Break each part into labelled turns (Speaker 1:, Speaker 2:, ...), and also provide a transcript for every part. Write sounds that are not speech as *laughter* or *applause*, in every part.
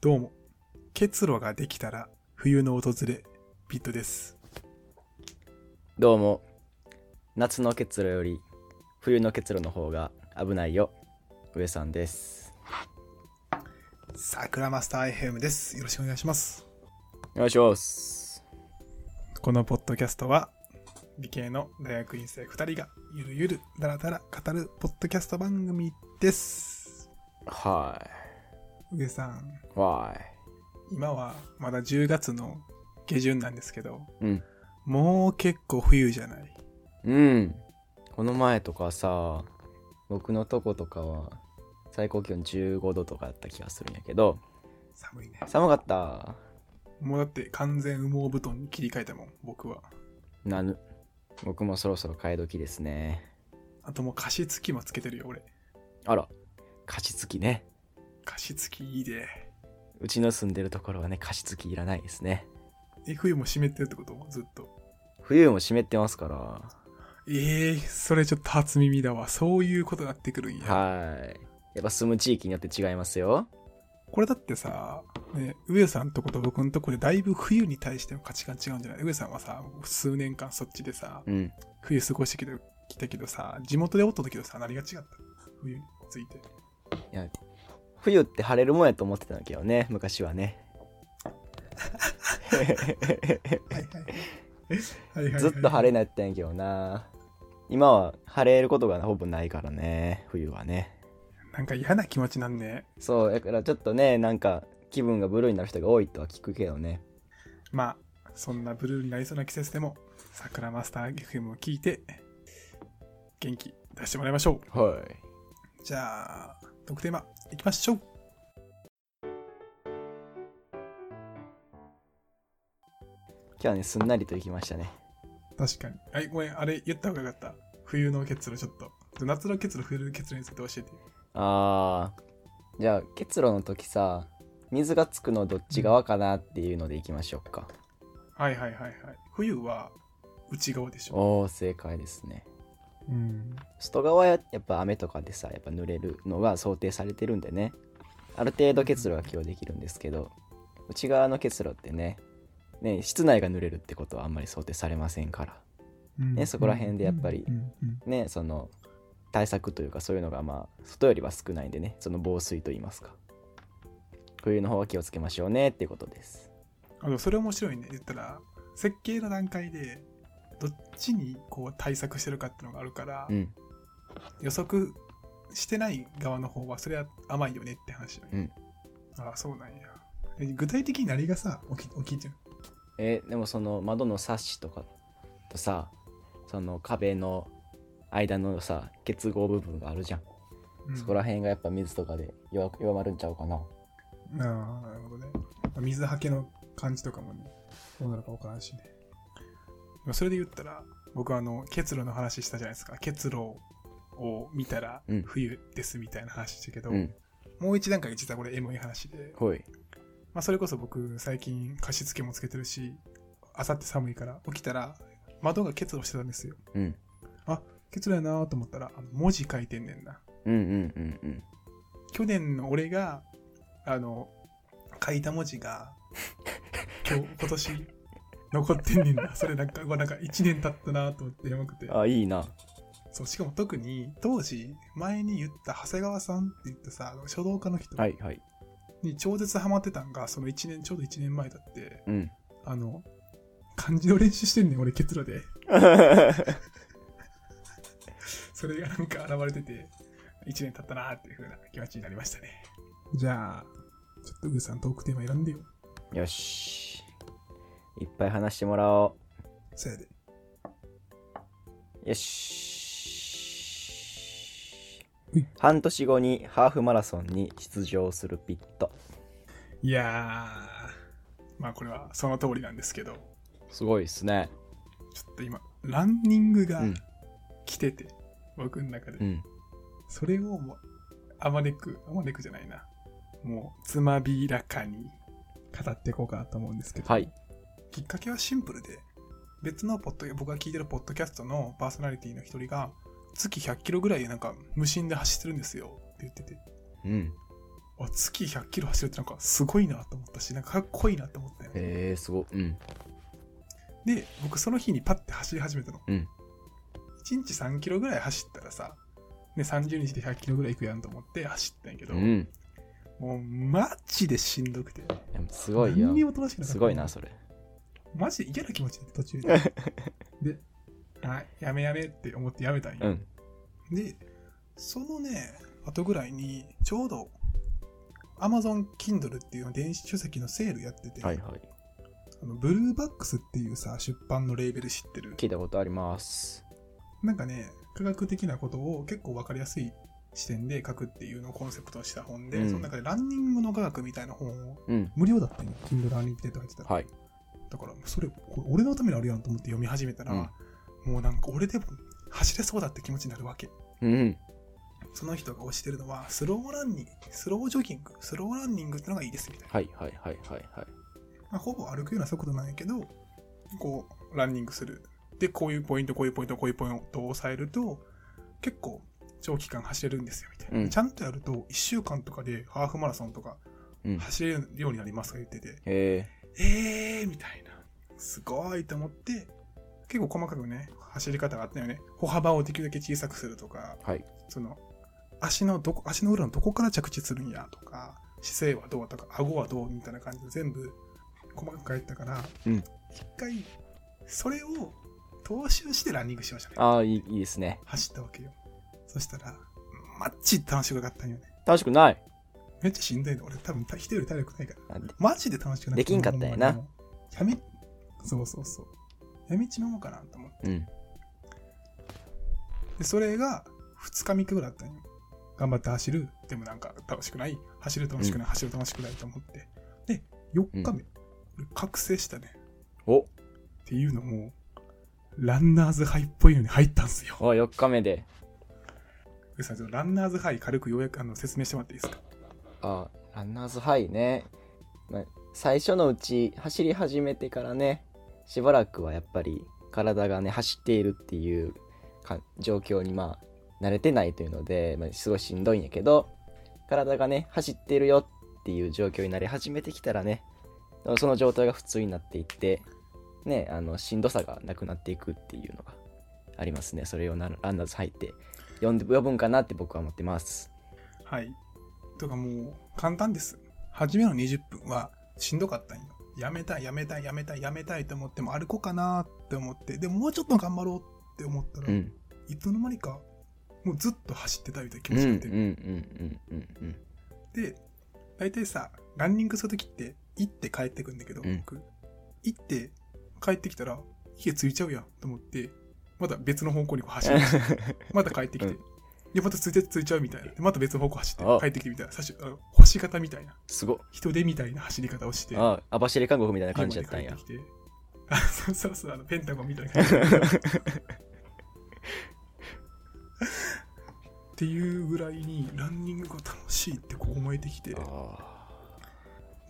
Speaker 1: どうも。結露ができたら冬の訪れ、ピットです。
Speaker 2: どうも夏の結露より冬の結露の方が危ないよ上さんです
Speaker 1: 桜マスター FM です。よろしくお願いします。
Speaker 2: お願いします
Speaker 1: このポッドキャストは、理系の大学院生2人がゆるゆるだらだら語るポッドキャスト番組です。
Speaker 2: は
Speaker 1: 上さん、
Speaker 2: いわ
Speaker 1: 今はまだ10月の下旬なんですけど、
Speaker 2: いうん
Speaker 1: もう結構冬じゃない。
Speaker 2: うんこの前とかさ僕のとことかは最高気温15度とかだった気がするんやけど
Speaker 1: 寒いね。
Speaker 2: 寒かった
Speaker 1: もうだって完全羽毛布団に切り替えたもん、僕は。
Speaker 2: なぬ僕もそろそろ替え時ですね
Speaker 1: あともう加湿器もつけてるよ、俺。
Speaker 2: あら加湿器ね
Speaker 1: 加湿器いいで。
Speaker 2: うちの住んでるところはね加湿器いらないですね
Speaker 1: え、冬も湿ってるってことずっと。
Speaker 2: 冬も湿ってますから
Speaker 1: ええそれちょっと初耳だわ。そういうことになってくるんや。
Speaker 2: はい。やっぱ住む地域によって違いますよ。
Speaker 1: これだってさ、ね、上さんとこと僕のとこでだいぶ冬に対しての価値観違うんじゃない上さんはさ、数年間そっちでさ、
Speaker 2: うん。
Speaker 1: 冬過ごしてきたきたけどさ、地元でおった時とさ、何が違った冬につ
Speaker 2: *laughs*
Speaker 1: いて。
Speaker 2: 冬って晴れるもんやと思ってたんだけどね、昔はね。
Speaker 1: はいはい。はいはいはい
Speaker 2: ずっと晴れになったんやけどな。今は晴れることがほぼないからね、冬はね。
Speaker 1: なんか嫌な気持ちなんね。
Speaker 2: そう、だからちょっとね、なんか気分がブルーになる人が多いとは聞くけどね。
Speaker 1: まあ、そんなブルーになりそうな季節でも、桜マスター FM を聞いて、元気出してもらいましょう。
Speaker 2: はい。
Speaker 1: じゃあ、特テーマいきましょう。
Speaker 2: 今日はね、すんなりと行きましたね。
Speaker 1: 確かに。はい、ごめん、あれ言った方がよかった。冬の結露ちょっと。夏の結露、冬の結露について教えて。
Speaker 2: あー。じゃあ、結露の時さ、水がつくのどっち側かなっていうので行きましょうか。
Speaker 1: はいはいはいはい。冬は内側でしょ。
Speaker 2: おお正解ですね
Speaker 1: うん。
Speaker 2: 外側ややっぱ雨とかでさやっぱ濡れるのが想定されてるんでねある程度結露が起用できるんですけど内側の結露ってねね室内が濡れるってことはあんまり想定されませんからねそこら辺でやっぱり
Speaker 1: うんうん
Speaker 2: ねその対策というかそういうのがまあ外よりは少ないんでねその防水と言いますか冬の方は気をつけましょうねっていうことです
Speaker 1: あでもそれ面白いね。言ったら、設計の段階で、どっちにこう対策してるかってのがあるから、
Speaker 2: うん
Speaker 1: 予測してない側の方は、それは甘いよねって話よね。ああ、そうなんや。え具体的に何がさ、起き起きてる
Speaker 2: えーでもその窓のサッシとかとさその壁の間のさ結合部分があるじゃん、
Speaker 1: うん
Speaker 2: そこら辺がやっぱ水とかで弱く弱まるんちゃうかな
Speaker 1: ああ、なるほどね。水はけの感じとかもね、どうなるかわからんしね。でもそれで言ったら、僕はあの、結露の話したじゃないですか。結露を見たら
Speaker 2: うん
Speaker 1: 冬ですみたいな話したけど、
Speaker 2: うん
Speaker 1: もう一段階実はこれエモい話で、
Speaker 2: ほい
Speaker 1: まあそれこそ僕最近加湿器もつけてるし、あさって寒いから起きたら窓が結露してたんですよ。
Speaker 2: うん
Speaker 1: 結露やなーと思ったら、あの文字書いてんねんな。
Speaker 2: うんうんうんうん
Speaker 1: 去年の俺があの書いた文字が今日今年残ってんねんなそれなんかうわなんか1年経ったなと思ってやばくて
Speaker 2: あいいな
Speaker 1: そうしかも特に当時前に言った長谷川さんって言ったさあの書道家の人
Speaker 2: はいはい
Speaker 1: に超絶ハマってたんがその1年ちょうど1年前だって
Speaker 2: うん
Speaker 1: *laughs* あの漢字の練習してんねん俺結露でそれがなんか現れてて1年経ったなーっていう風な気持ちになりましたねじゃあちょっとグーさんトークテーマ選んでよ
Speaker 2: よしいっぱい話してもらお
Speaker 1: そやで
Speaker 2: うよし
Speaker 1: うい
Speaker 2: 半年後にハーフマラソンに出場するピット
Speaker 1: いやー、まあこれはその通りなんですけど、
Speaker 2: すごいですね
Speaker 1: ちょっと今、ランニングが
Speaker 2: うん
Speaker 1: 来てて、僕の中で。
Speaker 2: うん
Speaker 1: それをもう、あまねく、あまねくじゃないな。もう、つまびらかに語っていこうかなと思うんですけど、
Speaker 2: はい
Speaker 1: きっかけはシンプルで、別のポッド、僕が聞いてるポッドキャストのパーソナリティの一人が、月100キロぐらいなんか無心で走ってるんですよって言ってて、
Speaker 2: うん
Speaker 1: あ月100キロ走るってなんかすごいなと思ったしなんかかっこいいなと思ったよね
Speaker 2: へえすごうん
Speaker 1: で僕その日にパッて走り始めたの、
Speaker 2: うん
Speaker 1: 1日3キロぐらい走ったらさ、ね、30日で100キロぐらいいくやんと思って走ったんやけど、
Speaker 2: うん
Speaker 1: もうマジでしんどくて
Speaker 2: いやすごい
Speaker 1: 何に
Speaker 2: よ
Speaker 1: も楽しくなかった
Speaker 2: すごいなそれ
Speaker 1: マジで嫌な気持ちで途中
Speaker 2: *laughs*
Speaker 1: でであやめやめって思ってやめたん
Speaker 2: う
Speaker 1: よ、
Speaker 2: ん
Speaker 1: でそのね後ぐらいにちょうど Amazon Kindle っていう電子書籍のセールやってて、
Speaker 2: はいはい
Speaker 1: あのブルーバックスっていうさ出版のレーベル知ってる
Speaker 2: 聞いたことあります
Speaker 1: なんかね科学的なことを結構分かりやすい視点で書くっていうのをコンセプトにした本で、
Speaker 2: うん
Speaker 1: その中でランニングの科学みたいな本を
Speaker 2: うん
Speaker 1: 無料だったんよ Kindle ランニングでって書いてたら、
Speaker 2: はい
Speaker 1: だからそれこれ俺のためにあるやんと思って読み始めたら、もうなんか俺でも走れそうだって気持ちになるわけ
Speaker 2: うん
Speaker 1: その人が推してるのはスローランニングスロージョギングスローランニングってのがいいですみたいな、
Speaker 2: はいはいはいはいはい
Speaker 1: まあ、ほぼ歩くような速度なんやけどこうランニングするでこういうポイントこういうポイントこういうポイントを抑えると結構長期間走れるんですよみたいな、
Speaker 2: うん
Speaker 1: ちゃんとやると1週間とかでハーフマラソンとか
Speaker 2: うん
Speaker 1: 走れるようになりますとか言ってて、
Speaker 2: へえ
Speaker 1: えーみたいな。すごいと思って、結構細かくね、走り方があったよね。歩幅をできるだけ小さくするとか、
Speaker 2: はい
Speaker 1: その、足のどこ、足の裏のどこから着地するんやとか、姿勢はどうとか、顎はどうみたいな感じで全部細かく書いてたから、
Speaker 2: うん
Speaker 1: 一回、それを踏襲してランニングしましたね。
Speaker 2: ああいいいいですね
Speaker 1: 走ったわけよ。そしたら、マッチ楽しくなかったんよね。
Speaker 2: 楽しくない
Speaker 1: めっちゃしんどいの。俺多分た人より体力ないから。
Speaker 2: あで
Speaker 1: マジで楽しくな
Speaker 2: できんかったんやな
Speaker 1: もう。やめ、そうそうそう。やめちまおうかなと思って。
Speaker 2: うん
Speaker 1: で、それが2日3日ぐらいあったんよ。頑張って走る。でもなんか楽しくない。走る楽しくない。走る楽しくないと思って。で、4日目。俺覚醒したね。
Speaker 2: お
Speaker 1: っていうのも、ランナーズハイっぽいのに入ったんすよ。
Speaker 2: お4日目で
Speaker 1: でさちょっとランナーズハイ軽くようやくあの説明してもらっていいですか
Speaker 2: あランナーズハイね、まあ、最初のうち走り始めてからねしばらくはやっぱり体がね走っているっていうか状況にまあ慣れてないというので、まあ、すごいしんどいんやけど体がね走ってるよっていう状況になり始めてきたらねその状態が普通になっていってねあのしんどさがなくなっていくっていうのがありますねそれをなランナーズハイって呼んで呼ぶんかなって僕は思ってます
Speaker 1: はい。とかもう、簡単です。初めの20分はしんどかったんよ。やめたい、やめたい、やめたい、やめたいと思っても歩こうかなって思って、でももうちょっと頑張ろうって思ったら、
Speaker 2: うん
Speaker 1: いつの間にか、もうずっと走ってたみたいな気
Speaker 2: うん
Speaker 1: 持
Speaker 2: うん
Speaker 1: ち
Speaker 2: う
Speaker 1: に
Speaker 2: ん
Speaker 1: なって、
Speaker 2: うんうん
Speaker 1: で、大体さ、ランニングするときって、行って帰ってくんだけど、
Speaker 2: うん
Speaker 1: 僕、行って帰ってきたら、家ついちゃうやんと思って、また別の方向にこう走る。 *laughs* また帰ってきて。
Speaker 2: うん
Speaker 1: で、またついてついちゃうみたいな。でまた別の方向走って
Speaker 2: あ、
Speaker 1: 帰ってきてみたいな。最初、あの星型みたいな。
Speaker 2: すごっ
Speaker 1: 人手みたいな走り方をして、
Speaker 2: ああ網走監獄みたいな感じだったん
Speaker 1: 家
Speaker 2: や
Speaker 1: まで帰ってきて。あ、そうそうそう、あのペンタゴンみたいな感じ。っていうぐらいにランニングが楽しいってこう思えてきて、
Speaker 2: あ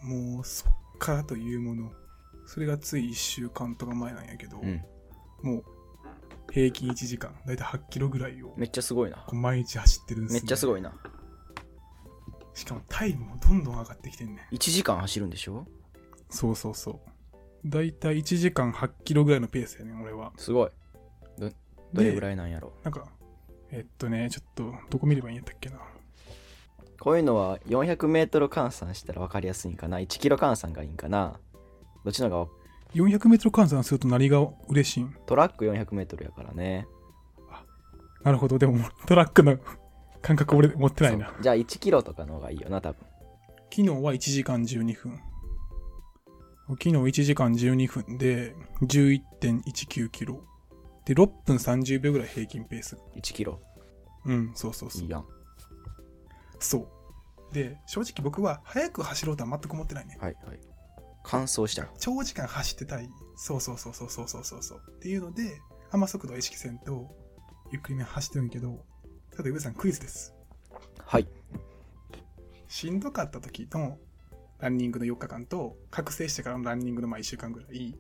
Speaker 1: もうそっからというもの、それがつい1週間とか前なんやけど、
Speaker 2: ーうん
Speaker 1: もう平均1時間、だいたい8キロぐらいを
Speaker 2: めっちゃすごいな
Speaker 1: こう毎日走ってるんです
Speaker 2: めっちゃす
Speaker 1: い。
Speaker 2: ごいな
Speaker 1: しかもタイムもどんどん上がってきてんねん。
Speaker 2: 1時間走るんでしょ
Speaker 1: そうそうそう。だいたい1時間8キロぐらいのペースやねん、俺は。
Speaker 2: すごいどれぐ
Speaker 1: い
Speaker 2: らいなんやろ
Speaker 1: なんか、えっとね、ちょっと、どこ見ればいいんやったっけな。
Speaker 2: こういうのは 400m 換算したら分かりやすいんかな 1km 換算がいいんかなどっちのが
Speaker 1: 400メートル換算すると何が嬉しいん
Speaker 2: トラック 400m やからね
Speaker 1: なるほど、でもトラックの感覚俺持ってないな。
Speaker 2: そうじゃあ 1km とかの方がいいよな多分
Speaker 1: 昨日は1時間12分。昨日1時間12分で11.19キロ。で、6分30秒ぐらい平均ペース。
Speaker 2: 1km
Speaker 1: うん、そうそうそう
Speaker 2: い。いやん
Speaker 1: そう。で、正直僕は早く走ろうとは全く思ってないね。
Speaker 2: はいはい乾燥したら
Speaker 1: 長時間走ってたい。そうそうそうそうそうそうそうそう。っていうので、あんま速度は意識せんと、ゆっくりめ走ってるんやけど、ただ上さんクイズです。
Speaker 2: はい
Speaker 1: しんどかった時のランニングの4日間と、覚醒してからのランニングのまあ1週間ぐらい、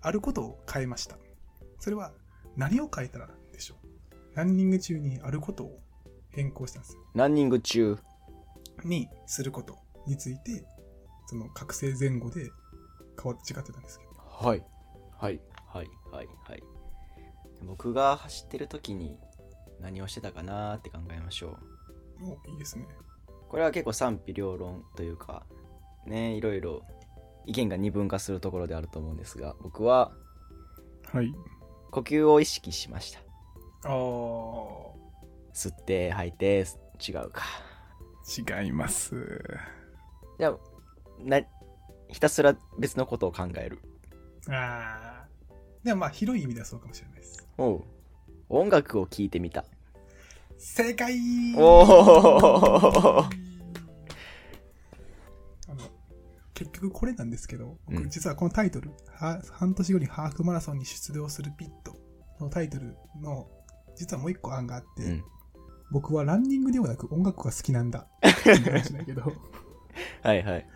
Speaker 1: あることを変えました。それは何を変えたらでしょうランニング中にあることを変更したんですよ。
Speaker 2: ランニング中
Speaker 1: にすることについて、その覚醒前後で変わって違ってたんですけど。
Speaker 2: はいはいはいはいはい僕が走ってる時に何をしてたかなーって考えましょ
Speaker 1: お、いいですね。
Speaker 2: うこれは結構賛否両論というかねいろいろ意見が二分化するところであると思うんですが僕は
Speaker 1: はい。
Speaker 2: 呼吸を意識しました
Speaker 1: ああ
Speaker 2: 吸って吐いてす違うか
Speaker 1: 違います。
Speaker 2: じゃあなひたすら別のことを考える
Speaker 1: ああ。でもまあ、広い意味ではそうかもしれないです。
Speaker 2: おう音楽を聴いてみた
Speaker 1: 正解
Speaker 2: おー
Speaker 1: あの結局これなんですけど、
Speaker 2: う
Speaker 1: 僕
Speaker 2: ん
Speaker 1: 実はこのタイトル、は半年後にハーフマラソンに出場するピットのタイトルの実はもう一個案があって、
Speaker 2: うん
Speaker 1: 僕はランニングではなく音楽が好きなんだっていう話だけど *laughs*
Speaker 2: はいはい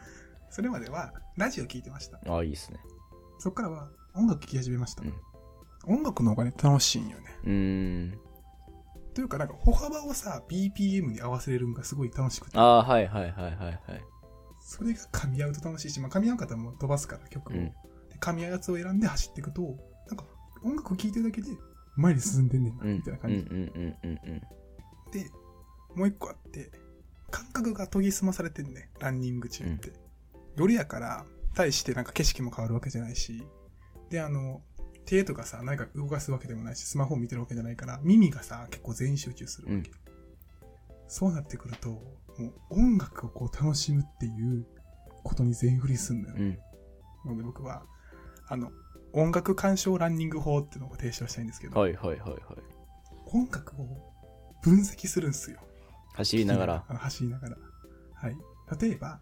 Speaker 1: それまではラジオ聞いてました
Speaker 2: あいいですね
Speaker 1: そこからは音楽聴き始めました、
Speaker 2: うん
Speaker 1: 音楽のお金楽しいんよね
Speaker 2: うーん
Speaker 1: というかなんか歩幅をさ BPM に合わせれるのがすごい楽しくて
Speaker 2: ああーはいはいはいはいはい
Speaker 1: それが噛み合うと楽しいし、まあ、噛み合う方も飛ばすから曲を、
Speaker 2: うん
Speaker 1: で噛み合うやつを選んで走っていくとなんか音楽聴いてるだけで前に進んでんねんな
Speaker 2: うん
Speaker 1: みたいな感じ、
Speaker 2: うんうんうんうんうん
Speaker 1: でもう一個あって感覚が研ぎ澄まされてんねランニング中って、夜やから対してなんか景色も変わるわけじゃないしであの手とかさ何か動かすわけでもないしスマホを見てるわけじゃないから耳がさ結構全集中するわけ、そうなってくるともう音楽をこう楽しむっていうことに全振りすんのよ、
Speaker 2: うん
Speaker 1: なので僕はあの音楽鑑賞ランニング法っていうのを提唱したいんですけど、
Speaker 2: はいはいはいはい
Speaker 1: 音楽を分析するんですよ
Speaker 2: 走りながら
Speaker 1: あの走りながら。はい。例えば、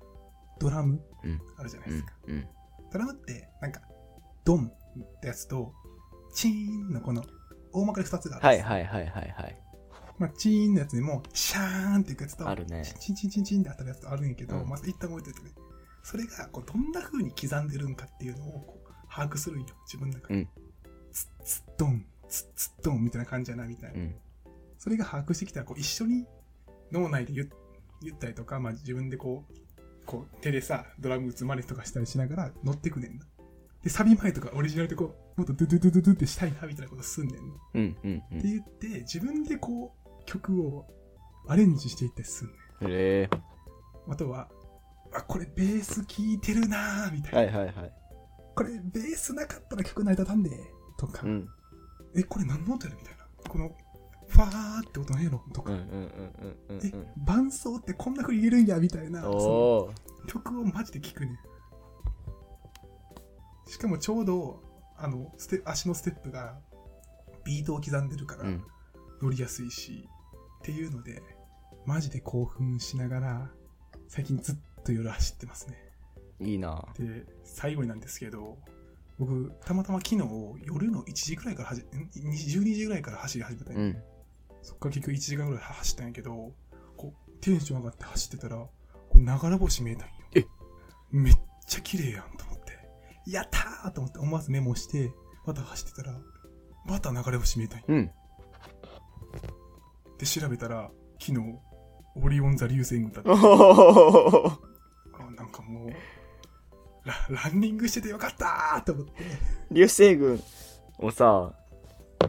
Speaker 1: ドラム、
Speaker 2: うん
Speaker 1: あるじゃないうです
Speaker 2: ん
Speaker 1: か。
Speaker 2: うん
Speaker 1: ドラムって、なんか、ドンってやつと、チーンのこの、大まかに2つがあるん
Speaker 2: は
Speaker 1: で
Speaker 2: い
Speaker 1: す。
Speaker 2: はいはいはいはい
Speaker 1: まあ、チーンのやつにも、シャーンっていくやつと、
Speaker 2: あるね
Speaker 1: チンチンチンチンって当たるやつとあるんやけど、
Speaker 2: うん
Speaker 1: まず一旦置いといてね。それが、こう、どんな風に刻んでるんかっていうのを、こう、把握するんよ、自分の中で。
Speaker 2: うん
Speaker 1: ツッツッドン、ツッツッドンみたいな感じやな、みたいな
Speaker 2: う。ん
Speaker 1: それが把握してきたらこう一緒に脳内で言っ言ったりとか、まあ、自分でこうこう手でさドラム打つまりとかしたりしながら乗ってくねんなでサビ前とかオリジナルでこうもっとドゥドゥドゥドゥドゥってしたいなみたいなことすんねんなっ
Speaker 2: うんうんう
Speaker 1: て
Speaker 2: ん
Speaker 1: 言って自分でこう曲をアレンジしていったりすんね
Speaker 2: へえ
Speaker 1: んあとはあこれベース聴いてるなーみたいな、
Speaker 2: はいはいはい
Speaker 1: これベースなかったら曲成り立たんでとか、
Speaker 2: うん
Speaker 1: えこれ何の音やるみたいなこのファーって音なんやろと
Speaker 2: う
Speaker 1: か、
Speaker 2: んうんうんうんうん
Speaker 1: え
Speaker 2: うん
Speaker 1: 伴奏ってこんなふうに言えるんやみたいなそ
Speaker 2: お
Speaker 1: の
Speaker 2: ー
Speaker 1: 曲をマジで聴くねしかもちょうどあのステ足のステップがビートを刻んでるから
Speaker 2: うん
Speaker 1: 乗りやすいし、っていうのでマジで興奮しながら最近ずっと夜走ってますね
Speaker 2: いいな
Speaker 1: で最後になんですけど僕たまたま昨日夜の1時くらいからはじん12時ぐらいから走り始めたんよ
Speaker 2: うん
Speaker 1: そっから結局1時間ぐらい走ったんやけど、こう、テンション上がって走ってたら、こう流れ星見えたんよ。
Speaker 2: え
Speaker 1: めっちゃ綺麗やんと思って。やったーと思って思わずメモして、また走ってたら、また流れ星見えたんよ。
Speaker 2: うん
Speaker 1: で、調べたら、昨日、オリオン座流星群だった
Speaker 2: お。お
Speaker 1: あなんかもう、ラランニングしててよかったーと思って。
Speaker 2: 流星群をさ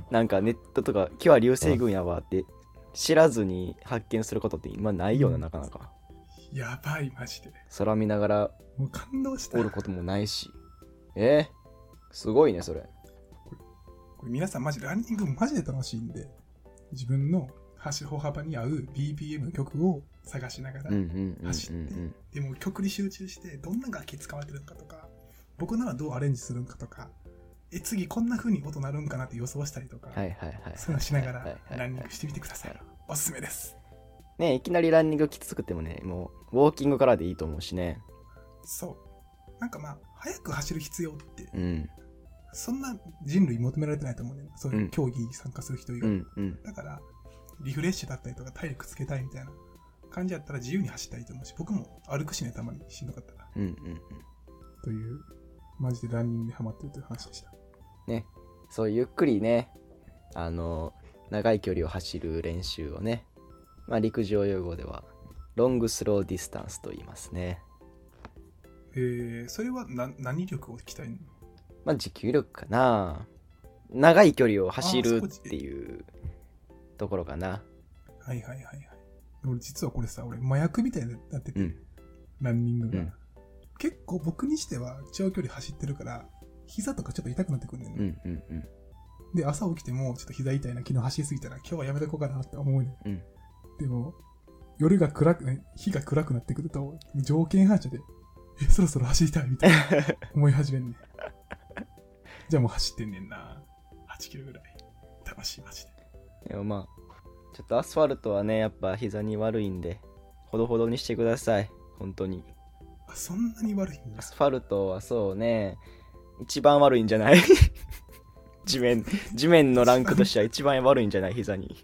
Speaker 2: なんかネットとか今日は流星群やわって知らずに発見することって今ないようななかなか
Speaker 1: やばい、マジで。
Speaker 2: 空見ながら
Speaker 1: もう感動した。
Speaker 2: おることもないしえー、すごいねそれ
Speaker 1: これ皆さんマジランニングマジで楽しいんで自分の走る歩幅に合う BPM の曲を探しながら、
Speaker 2: うんうんうん
Speaker 1: 走っ
Speaker 2: う
Speaker 1: て
Speaker 2: ん
Speaker 1: でも曲に集中してどんな楽器使われてるのかとか僕ならどうアレンジするのかとかえ次こんな風に音鳴るんかなって予想したりとか、
Speaker 2: うんはいはいはい
Speaker 1: そういうのしなが
Speaker 2: はいはい
Speaker 1: ら
Speaker 2: はい
Speaker 1: ランニングしてみてくださいおすすめです
Speaker 2: ねいきなりランニングきつくてもねもうウォーキングからでいいと思うしね
Speaker 1: そうなんかまあ早く走る必要って
Speaker 2: うん
Speaker 1: そんな人類求められてないと思うねんなそういう競技に参加する人以外、
Speaker 2: うんうん
Speaker 1: だから、リフレッシュだったりとか、体力つけたいみたいな感じやったら自由に走ったらいいと思うし、僕も歩くしね、たまにしんどかったら。
Speaker 2: うんうんうん
Speaker 1: という、マジでランニングにハマってるという話でした。
Speaker 2: ねそうゆっくりねあの長い距離を走る練習をね、まあ、陸上用語ではロングスローディスタンスと言いますね。
Speaker 1: えー、それはな何力を鍛えるの
Speaker 2: まあ、持久力かな。長い距離を走るっていうところかな。
Speaker 1: はいはいはいはい。俺実はこれさ、俺麻薬みたいになってて、
Speaker 2: うん
Speaker 1: ランニングが、
Speaker 2: うん
Speaker 1: 結構僕にしては長距離走ってるから、膝とかちょっと痛くなってくるんだよ
Speaker 2: う
Speaker 1: ね、
Speaker 2: んうんうん。
Speaker 1: で、朝起きても、ちょっと膝痛いな、昨日走りすぎたら、今日はやめとこうかなって思うね、
Speaker 2: うん
Speaker 1: でも、夜が暗く、日が暗くなってくると、条件反射で、え、そろそろ走りたいみたいな思い始めんね。じゃあもう走ってんねんな。8キロぐらい。楽しい、マジで。
Speaker 2: でもまあ、ちょっとアスファルトはね、やっぱ膝に悪いんで、ほどほどにしてください。本当に。
Speaker 1: あ、そんなに悪いん
Speaker 2: ア
Speaker 1: だ。
Speaker 2: スファルトはそうね、一番悪いんじゃない *laughs* 地面、地面のランクとしては一番悪いんじゃない膝に。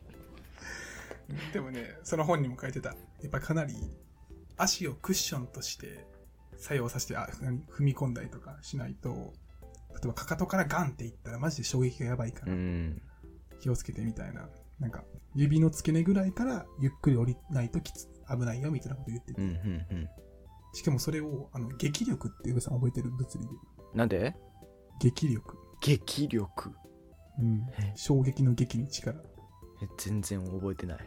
Speaker 1: でもね、その本にも書いてた。やっぱかなり足をクッションとして作用させて、あ、何踏み込んだりとかしないと、例えばかかとからガンっていったらマジで衝撃がやばいか
Speaker 2: う
Speaker 1: ら
Speaker 2: ん。
Speaker 1: 気をつけてみたいな。なんか指の付け根ぐらいからゆっくり降りないときつ危ないよみたいなこと言ってて
Speaker 2: うん、うんうん。
Speaker 1: しかもそれをあの激力って上さん覚えてる物理で
Speaker 2: なんで
Speaker 1: 激力、
Speaker 2: 激力。
Speaker 1: うん、衝撃の激に力
Speaker 2: え全然覚えてない。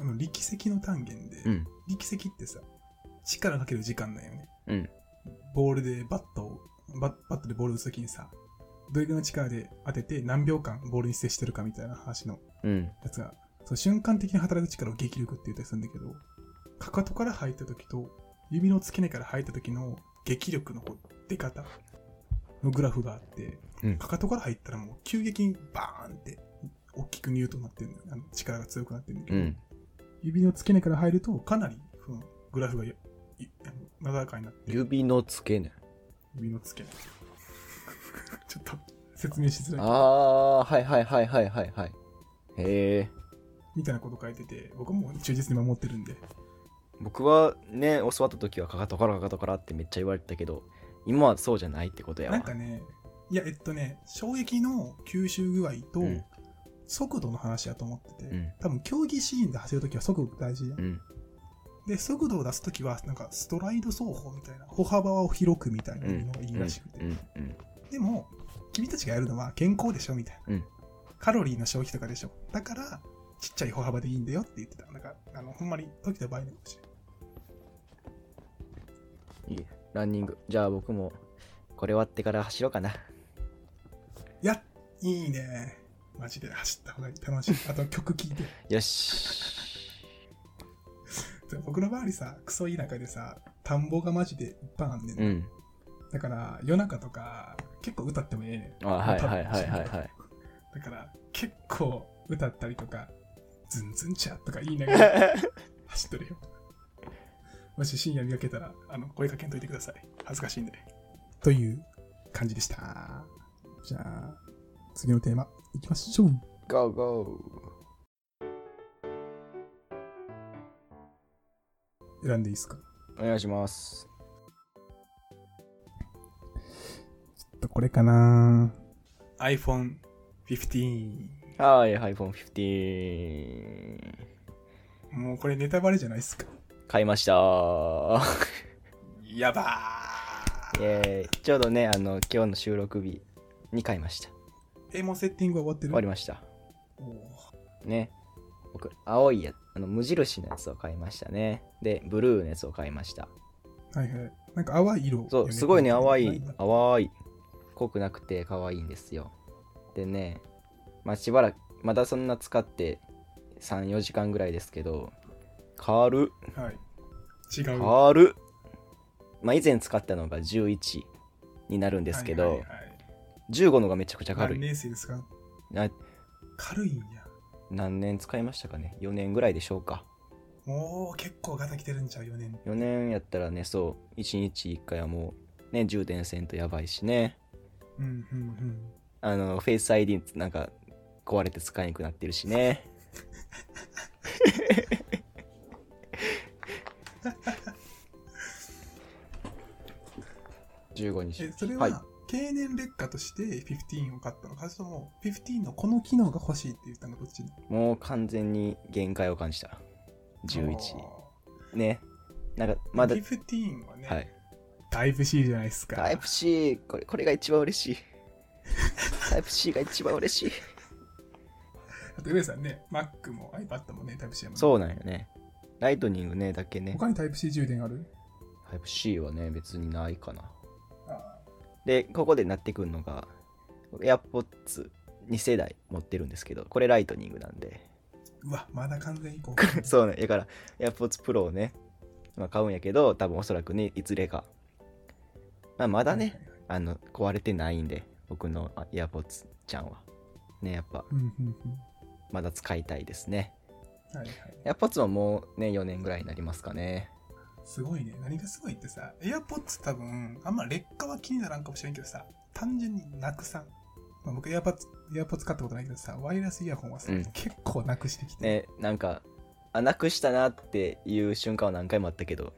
Speaker 1: あの力石の単元で、
Speaker 2: うん。
Speaker 1: 力石ってさ力かける時間なんよね
Speaker 2: うん。
Speaker 1: ボールでバットをババットでボールを打つときにさどれぐらいの力で当てて何秒間ボールに接してるかみたいな話の
Speaker 2: うん。
Speaker 1: やつがその瞬間的に働く力を激力って言ったりするんだけどかかとから入ったときと指の付け根から入ったときの激力の出方のグラフがあって、
Speaker 2: うん
Speaker 1: かかとから入ったらもう急激にバーンって大きくニュートンになってるあの力が強くなってるんだけ
Speaker 2: う
Speaker 1: ど、
Speaker 2: ん。
Speaker 1: 指の付け根から入るとかなりそのグラフがやいあのなだらかになって
Speaker 2: 指の付け根。
Speaker 1: 指の付け根 *laughs* ちょっと説明しづらい
Speaker 2: ああー、はいはいはいはいはいはい。へえ。
Speaker 1: みたいなこと書いてて僕も忠実に守ってるんで
Speaker 2: 僕はね、教わった時はかかとからかかとからってめっちゃ言われてたけど、今はそうじゃないってことやわ。
Speaker 1: なんかねいやえっとね衝撃の吸収具合と
Speaker 2: うん
Speaker 1: 速度の話やと思ってて、
Speaker 2: うん
Speaker 1: 多分競技シーンで走るときは速度大事やん、
Speaker 2: うん。
Speaker 1: で速度を出すときはなんかストライド走法みたいな歩幅を広くみたいなのがいいらしくて、
Speaker 2: うんうん
Speaker 1: でも君たちがやるのは健康でしょみたいな、
Speaker 2: うん
Speaker 1: カロリーの消費とかでしょだからちっちゃい歩幅でいいんだよって言ってたなんかあのほんまに時と場合のかもしれない
Speaker 2: いいねランニング。じゃあ僕もこれ終わってから走ろうかな。
Speaker 1: いや、いいね。マジで走った方がいい楽しい。あと曲聴いて。
Speaker 2: よし。
Speaker 1: 僕の周りさ、クソ田舎でさ、田んぼがマジでいっぱいあんねん。
Speaker 2: うん。
Speaker 1: だから、夜中とか、結構歌ってもええねん。
Speaker 2: あはいはいはいはいはい。
Speaker 1: だから、結構歌ったりとか、ズンズンチャとか言いなが *laughs* ら走っとるよ。もし深夜見かけたら、あの、声かけんといてください。恥ずかしいんで。という感じでした。じゃあ、次のテーマ、いきましょう。
Speaker 2: Go go!
Speaker 1: 選んでいいですか
Speaker 2: お願いします。
Speaker 1: ちょっとこれかな iPhone 15
Speaker 2: はい、iPhone 15。
Speaker 1: もうこれネタバレじゃないですか
Speaker 2: 買い
Speaker 1: *laughs*
Speaker 2: ましたー。
Speaker 1: やば
Speaker 2: イェーイちょうどね、あの、今日の収録日に買いました。
Speaker 1: ーえもうセッティングは終わってる
Speaker 2: 終わりました。
Speaker 1: お
Speaker 2: ね。僕、青いや、あの、無印のやつを買いましたね。で、ブルーのやつを買いました。
Speaker 1: ーはいはいなんか淡い色よね
Speaker 2: そう、すごいね、淡い、
Speaker 1: は
Speaker 2: 淡い。濃くなくて可愛いんですよ。でね、まあ、しばらく、まだそんな使って3、4時間ぐらいですけど、軽っ
Speaker 1: い違う
Speaker 2: 軽っまあ、以前使ったのが11になるんですけど、
Speaker 1: はいはいはい
Speaker 2: 15のがめちゃくちゃ軽
Speaker 1: 何
Speaker 2: い。
Speaker 1: 年生ですか
Speaker 2: な
Speaker 1: 軽いんや
Speaker 2: 何年使いましたかね ?4 年ぐらいでしょうか。
Speaker 1: もう結構ガタきてるんちゃう4年
Speaker 2: 4年やったらね、そう、1日1回はもう、ね、充電せんとやばいしね。
Speaker 1: うんうんうん
Speaker 2: あの、フェイス ID なんか壊れて使えなくなってるしね。15にし
Speaker 1: えそれ
Speaker 2: はい
Speaker 1: は経年劣化として15を買ったのかそれとも15のこの機能が欲しいって言ったのどっち
Speaker 2: もう完全に限界を感じた11
Speaker 1: あ
Speaker 2: ねなんかまだ、
Speaker 1: リフティーンはね、
Speaker 2: はい、
Speaker 1: タイプ C じゃないですか。
Speaker 2: タイプ C これこれが一番嬉しいタイプ C が一番嬉しい
Speaker 1: あと、上さんね、Mac も iPad もね、タイプ C やもんね
Speaker 2: そうなんよねライトニングねだけね
Speaker 1: 他にタイプ C 充電ある
Speaker 2: タイプ C はね別にないかな
Speaker 1: あ
Speaker 2: でここでなってくるのが AirPods2 世代持ってるんですけどこれライトニングなんで *laughs*
Speaker 1: うわ、まだ完全にこう。
Speaker 2: そうねだから AirPods Pro をね、まあ、買うんやけど多分おそらくねいずれか、まあ、まだね。あの壊れてないんで僕のあ AirPods ちゃんはねやっぱ
Speaker 1: うんうんうん。
Speaker 2: まだ使いたいですね
Speaker 1: はいはい。
Speaker 2: AirPods はもうね4年ぐらいになりますかね
Speaker 1: すごいね。何がすごいってさ、AirPods 多分、あんま劣化は気にならんかもしれんけどさ、単純になくさん。まあ、僕 AirPods、AirPods 買ったことないけどさ、ワイヤレスイヤホンはさ、
Speaker 2: うん
Speaker 1: 結構なくしてきて。
Speaker 2: ねなんかあなくしたなっていう瞬間は何回もあったけど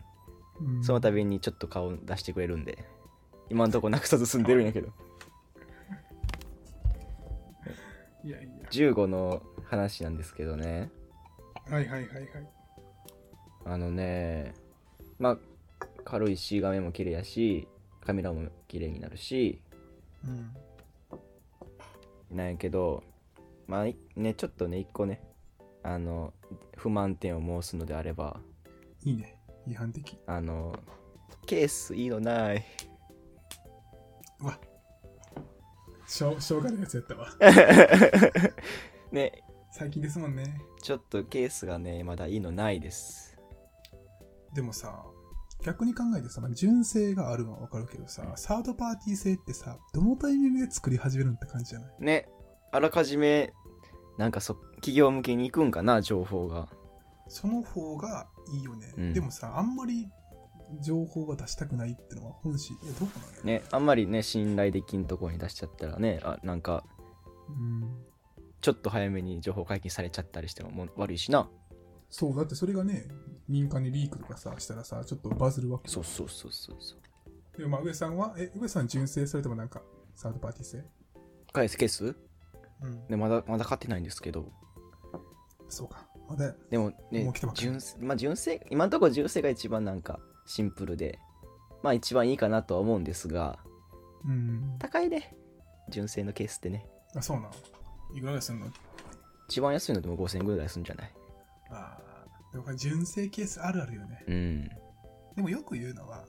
Speaker 1: うん
Speaker 2: その度にちょっと顔出してくれるんで、今んとこなくさず住んでるんやけど。
Speaker 1: いやいや。
Speaker 2: 15の話なんですけどね、
Speaker 1: はいはいはいはい。
Speaker 2: あのね、まあ、軽いし、画面も綺麗やし、カメラも綺麗になるし、
Speaker 1: うん。
Speaker 2: なんやけど、まあいね、ちょっとね、一個ね、あの、不満点を申すのであれば、
Speaker 1: いいね。違反的。
Speaker 2: あの、ケースいいのない。 *laughs*
Speaker 1: うわ。しょう、しょうがないやつやったわ。
Speaker 2: ね、
Speaker 1: 最近ですもんね。
Speaker 2: ちょっとケースがね、まだいいのないです。
Speaker 1: でもさ、逆に考えてさ、まあ、純正があるのはわかるけどさ、サードパーティー製ってさ、どのタイミングで作り始めるんって感じじゃない
Speaker 2: ねあらかじめなんかそ企業向けに行くんかな情報が
Speaker 1: その方がいいよね、
Speaker 2: うん
Speaker 1: でもさ、あんまり情報は出したくないってのは本心。いや、どうかな
Speaker 2: ねあんまりね信頼できんとこに出しちゃったらねあなんか
Speaker 1: うん。
Speaker 2: ちょっと早めに情報解禁されちゃったりしてももう悪いしな
Speaker 1: そう、だってそれがね、民間にリークとかさ、したらさ、ちょっとバズるわけ。
Speaker 2: そうそうそうそうそう
Speaker 1: で、まあ、上さんは、え、上さん純正それともなんか、サードパーティー製
Speaker 2: 返すケース
Speaker 1: うん。
Speaker 2: ねまだまだ買ってないんですけど
Speaker 1: そうか。まだ、
Speaker 2: でも
Speaker 1: も
Speaker 2: ね
Speaker 1: う来てます
Speaker 2: 純正まあ純正今のところ純正が一番なんかシンプルでまあ一番いいかなとは思うんですが
Speaker 1: うん。
Speaker 2: 高いね純正のケースってね
Speaker 1: あ、そうなの。いくらぐらいすんの
Speaker 2: 一番安いのでも5000円ぐらいするんじゃない
Speaker 1: ああ。でもこれ純正ケースあるあるよね。
Speaker 2: うん
Speaker 1: でもよく言うのは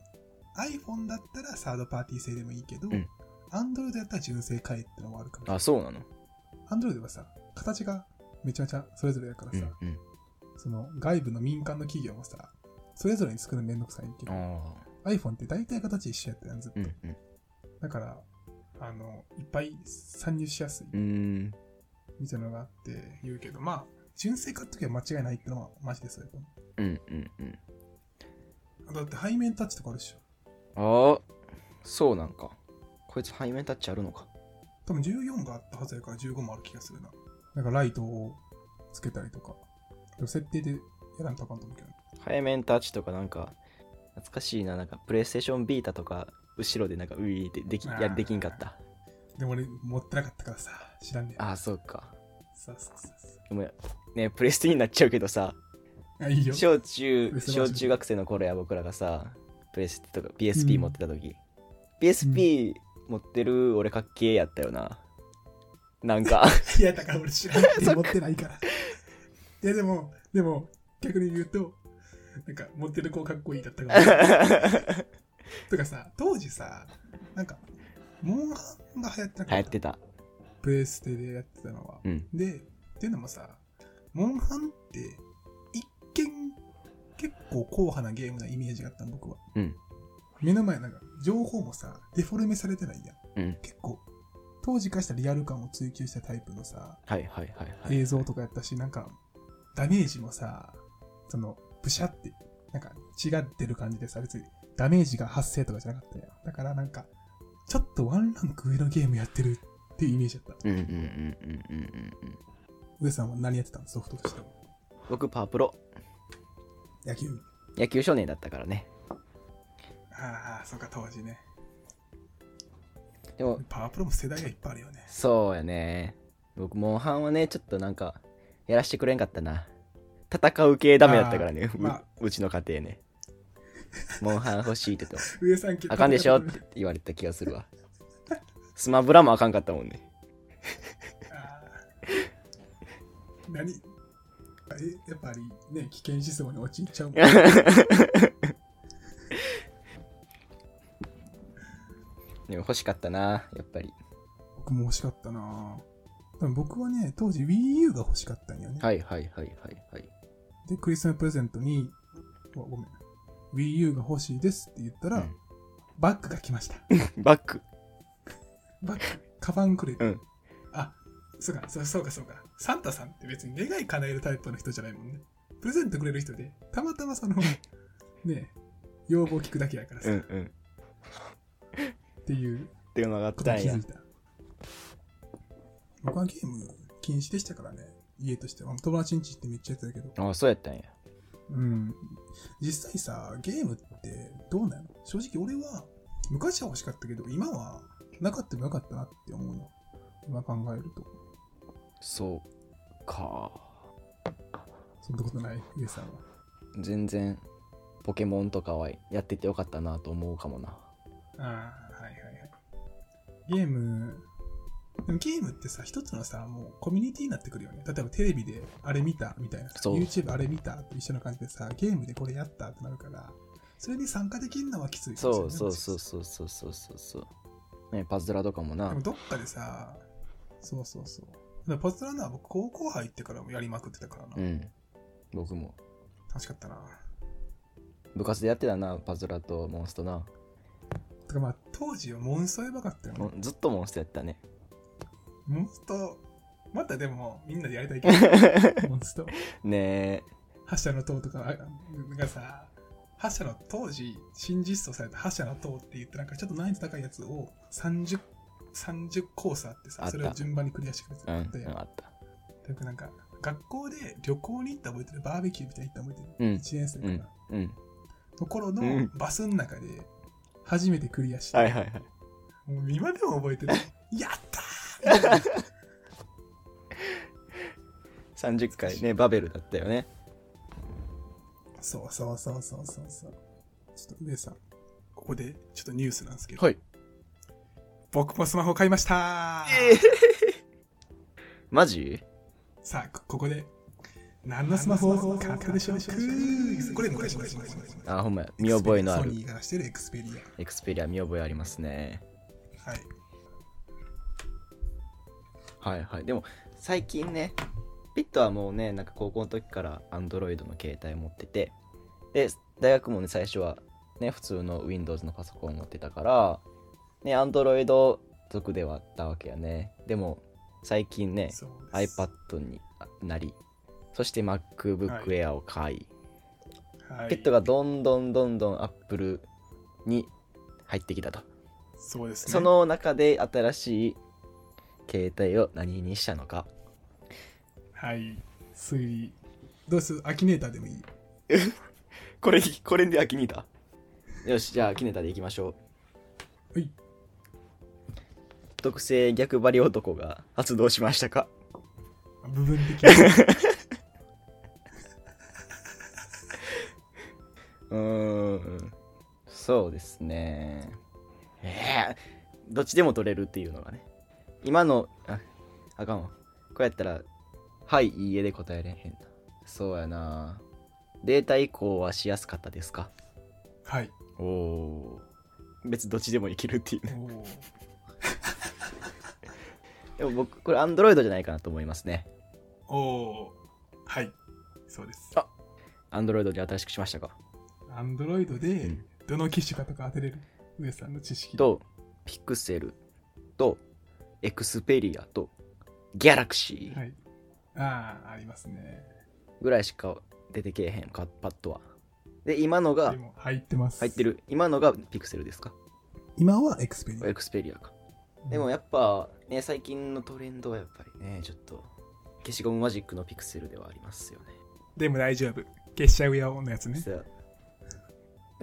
Speaker 1: iPhone だったらサードパーティー製でもいいけど、
Speaker 2: うん
Speaker 1: Android だったら純正買えってのもあるから
Speaker 2: あそうなの
Speaker 1: Android はさ形がめちゃめちゃそれぞれだから
Speaker 2: う
Speaker 1: さ、
Speaker 2: んうん
Speaker 1: その外部の民間の企業もさそれぞれに作るのめんどくさいけど、
Speaker 2: あ
Speaker 1: iPhone って大体形一緒やったやんずっと、
Speaker 2: あ、うんうん。
Speaker 1: だからあのいっぱい参入しやすい
Speaker 2: うん、
Speaker 1: みたいなのがあって言うけど、まあ純正買っときは間違いないってのはマジでそうやと思
Speaker 2: うん、うん、うん。
Speaker 1: うだって背面タッチとかあるでしょ
Speaker 2: ああ、そうなんか。こいつ背面タッチあるのか。
Speaker 1: 多分14があったはずやから15もある気がするな。なんかライトをつけたりとか。でも設定でやらんとあかんと思うけど。
Speaker 2: 背面タッチとかなんか、懐かしいな、なんかプレイステーションビータとか、後ろでなんか、ういーってでき、
Speaker 1: あー
Speaker 2: やできんかった。
Speaker 1: でも俺持ってなかったからさ、知らんねん。
Speaker 2: ああ、そうか。
Speaker 1: そうそうそうそ
Speaker 2: でもね、プレステになっちゃうけどさ、
Speaker 1: う。あ、いいよ。
Speaker 2: 小中
Speaker 1: プレ、ステ
Speaker 2: 小中学生の頃や僕らがさ、プレステとか PSP 持ってた時、PSP 持ってる俺かっけえやったよな。なん *laughs* か、
Speaker 1: *laughs* いや、だから俺知らんねん持ってないから。いや、でも、でも、逆に言うと、なんか持ってる子かっこいいだった
Speaker 2: *laughs*
Speaker 1: から。とかさ、当時さ、なんか、モンハンが流行ってな
Speaker 2: 流
Speaker 1: か
Speaker 2: 行
Speaker 1: っ。
Speaker 2: ったてた。
Speaker 1: プレステでやってたのは。
Speaker 2: うん。
Speaker 1: で、っていうのもさ、モンハンって、一見、結構硬派なゲームなイメージがあったの、僕は。
Speaker 2: うん
Speaker 1: 目の前、なんか、情報もさ、デフォルメされてないやん。
Speaker 2: うん。
Speaker 1: 結構、当時からしたリアル感を追求したタイプのさ、
Speaker 2: はいはいはいはい。
Speaker 1: 映像とかやったし、なんか、ダメージもさ、その、ブシャって、なんか、血が出る感じでさ、別に、ダメージが発生とかじゃなかったやん。だから、なんか、ちょっとワンランク上のゲームやってるっていうイメージだった。
Speaker 2: うんうんうんうんうんうんうん。
Speaker 1: 上さんは何やってたのソフトとしては。
Speaker 2: 僕パワプロ
Speaker 1: 野球。
Speaker 2: 野球少年だったからね。
Speaker 1: ああ、そうか、当時ね。
Speaker 2: でも
Speaker 1: パワープロも世代がいっぱいあるよね。
Speaker 2: そうやね。僕モンハンはねちょっとなんかやらしてくれんかったな。戦う系ダメだったからね、
Speaker 1: あー
Speaker 2: う
Speaker 1: まあ
Speaker 2: うちの家庭ね。モンハン欲しいって言っても、
Speaker 1: 上さん結
Speaker 2: あかんでしょって言われた気がするわ。スマブラもあかんかったもんね。 *laughs*
Speaker 1: 何あえやっぱりね、危険思想に陥っちゃうもん
Speaker 2: でも欲しかったな、やっぱり。
Speaker 1: 僕も欲しかったなでも僕はね、当時 Wii U が欲しかったんよね。
Speaker 2: はいはいはいはいはい。
Speaker 1: で、クリスマスプレゼントに、うわごめん、Wii U が欲しいですって言ったら、
Speaker 2: うん
Speaker 1: バッグが来ま
Speaker 2: *laughs*
Speaker 1: した。
Speaker 2: バック。
Speaker 1: バッグ、カバンくれて。
Speaker 2: うん
Speaker 1: あ、そうか、そうそうか、そうか。サンタさんって別に願い叶えるタイプの人じゃないもんね。プレゼントくれる人で、たまたまその、 *laughs* ね、要望聞くだけやからさ、
Speaker 2: うんう
Speaker 1: っ
Speaker 2: ん。
Speaker 1: ていう
Speaker 2: っていうのがあっ
Speaker 1: こ
Speaker 2: た
Speaker 1: とに
Speaker 2: ん
Speaker 1: 気
Speaker 2: や
Speaker 1: づい。た。僕はゲーム禁止でしたからね、家としては。友達ん家行ってめっちゃやってたけど。
Speaker 2: あそうやったんや。
Speaker 1: うん。実際さ、ゲームってどうなの正直俺は、昔は欲しかったけど、今はなかったもよかったなって思うの。今考えると。
Speaker 2: そうか。
Speaker 1: そんなことない、上さんは。
Speaker 2: 全然、ポケモンとかはやっててよかったなと思うかもな。
Speaker 1: ああ、はいはいはい。ゲーム、でもゲームってさ、一つのさ、もうコミュニティになってくるよね。例えばテレビであれ見たみたいなさ、
Speaker 2: そう
Speaker 1: YouTube あれ見たと一緒な感じでさ、ゲームでこれやったってなるから、それに参加できるのはきついかもしれ
Speaker 2: そ
Speaker 1: な
Speaker 2: う
Speaker 1: い
Speaker 2: そうそうそうそうそうそうそう。ね、パズドラとかもな
Speaker 1: でも。どっかでさ、そうそうそう。だからパズドラのは僕高校入ってからもやりまくってたからな。
Speaker 2: うん。僕も。
Speaker 1: 楽しかったな。
Speaker 2: 部活でやってたな、パズドラとモンストな。
Speaker 1: てかまあ当時はモンストやばかったよね
Speaker 2: も。うずっとモンストや *laughs* ったね。
Speaker 1: モンスト、またでもみんなでやりたい
Speaker 2: *laughs*
Speaker 1: けど、モンスト。
Speaker 2: ねえ。
Speaker 1: 覇者の塔とかあがさ、覇者の当時、新実装された覇者の塔って言って、なんかちょっと難易度高いやつを30、30コースあって
Speaker 2: あ
Speaker 1: さ、
Speaker 2: った
Speaker 1: それを順番にクリアしてくれて
Speaker 2: うん、
Speaker 1: たんで、
Speaker 2: うんあった。
Speaker 1: よくなんか、学校で旅行に行った覚えてる、バーベキューみたいに行った覚えて
Speaker 2: う
Speaker 1: る、
Speaker 2: ん
Speaker 1: 1年生かな、
Speaker 2: うん。
Speaker 1: ところ
Speaker 2: う
Speaker 1: の
Speaker 2: ん
Speaker 1: バスの中で、初めてクリアして、
Speaker 2: はいはいはい。
Speaker 1: もう今でも覚えてる。 *laughs* やったー
Speaker 2: 30回ね、バベルだったよね。
Speaker 1: そうそうそうそうそうそう。ちょっと上さん、ここでちょっとニュースなんですけど、
Speaker 2: はい。
Speaker 1: 僕もスマホ買いましたー
Speaker 2: *laughs* マジ
Speaker 1: さあ、こここで、何のスマホを買ったでしょうかこれ昔昔昔昔
Speaker 2: あ、ほんまや。見覚えのあ
Speaker 1: ソ
Speaker 2: る。
Speaker 1: ニーがしてるエクスペリ
Speaker 2: エクスペリア見覚えありますね。
Speaker 1: ア。はい。
Speaker 2: はいはいでも最近ねピットはもうねなんか高校の時からアンドロイドの携帯持っててで大学もね最初はね普通の Windows のパソコン持ってたからねアンドロイド族ではあったわけやねでも最近ね
Speaker 1: そう
Speaker 2: iPad になりそして MacBook Air を買い、
Speaker 1: はい、
Speaker 2: ピットがどんどんどんどん Apple に入ってきたと、
Speaker 1: そうですね。
Speaker 2: その中で新しい携帯を何にしたのか
Speaker 1: はい。推理。どうするアキネーターでもいい。*laughs*
Speaker 2: これ、これでアキネータよし、じゃあアキネータでいきましょ
Speaker 1: は
Speaker 2: う。
Speaker 1: い。
Speaker 2: 特性逆張り男が発動しましたか
Speaker 1: 部分的
Speaker 2: *laughs*
Speaker 1: に。
Speaker 2: うーん。そうですね。ええどっちでも取れるっていうのがね。今の、あ、あかんわ。こうやったら、はい、いいえで答えれへんな。そうやな。データ移行はしやすかったですか
Speaker 1: はい。
Speaker 2: おお。別にどっちでもいけるっていうね
Speaker 1: おー
Speaker 2: *laughs* でも僕、これ、アンドロイドじゃないかなと思いますね。
Speaker 1: おーはい。そうです。
Speaker 2: アンドロイドで新しくしましたか
Speaker 1: アンドロイド
Speaker 2: う
Speaker 1: で
Speaker 2: ん
Speaker 1: どの機種かとか当てれる。上さんの知識。
Speaker 2: と、ピクセルと、エクスペリアと、ギャラクシー
Speaker 1: はい。ああ、ありますね。
Speaker 2: ぐらいしか出てけえへんか、パッドは。で、今のが
Speaker 1: で、も入ってます。
Speaker 2: 入って。る、今のがピクセルですか
Speaker 1: 今はエクスペリア
Speaker 2: エクスペリアか。でもやっぱ、ね、最近のトレンドはやっぱりね、ちょっと、消しゴムマジックのピクセルではありますよね。
Speaker 1: でも大丈夫。消しちゃうよのやつね。
Speaker 2: そう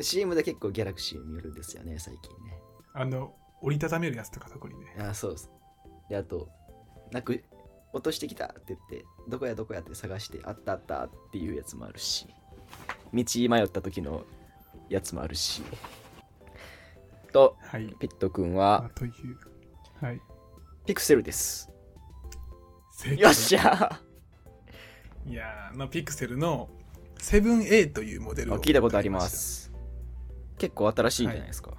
Speaker 2: CM で結構ギャラクシー見るんですよね、最近ね。
Speaker 1: あの、折りたためるやつとか特にね。
Speaker 2: あそうです。で、あと、なく、落としてきたって言ってどこやどこやって探してあったあったっていうやつもあるし道迷った時のやつもあるしと
Speaker 1: はい。
Speaker 2: ペットくん
Speaker 1: あ
Speaker 2: は
Speaker 1: という。はい。
Speaker 2: ピクセルです
Speaker 1: 正解
Speaker 2: よっしゃ
Speaker 1: いやー、のピクセルの 7A というモデルを
Speaker 2: 聞いたことありま。す結構新しいんじゃないですか、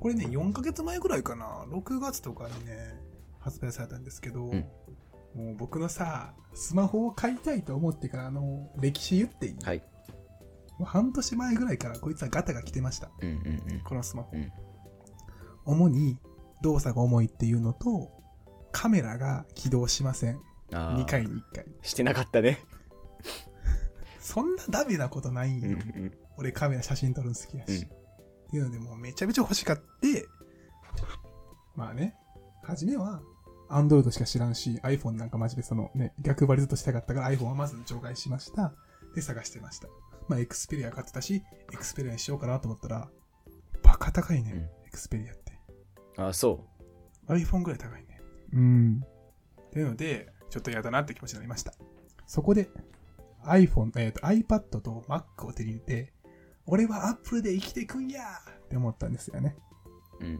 Speaker 1: これね、4ヶ月前ぐらいかな、6月とかにね、発売されたんですけど、
Speaker 2: うん
Speaker 1: もう僕のさ、スマホを買いたいと思ってから、あの、歴史言っていい、
Speaker 2: はい
Speaker 1: もう半年前ぐらいからこいつはガタが来てました。
Speaker 2: うんうんうん
Speaker 1: このスマホ。
Speaker 2: うん
Speaker 1: 主に動作が重いっていうのと、カメラが起動しません。
Speaker 2: あー
Speaker 1: 2回に1回。
Speaker 2: してなかったね
Speaker 1: そんなダメなことないん
Speaker 2: う
Speaker 1: よ。
Speaker 2: んうん
Speaker 1: 俺カメラ写真撮るの好きやし、
Speaker 2: うん
Speaker 1: っていうのでもうめちゃめちゃ欲しかってまあね初めは Android しか知らんし iPhone なんかマジでそのね逆張りずっとしたかったから iPhone はまず除外しましたで探してましたまあ Xperia 買ってたし Xperia にしようかなと思ったらバカ高いね、Xperia って
Speaker 2: あそ
Speaker 1: iPhone ぐらい高いねうんっていうのでちょっと嫌だなって気持ちになりましたそこで iPhone、えー、と iPad と Mac を手に入れて俺は Apple で生きていくんやーって思ったんですよね
Speaker 2: ううん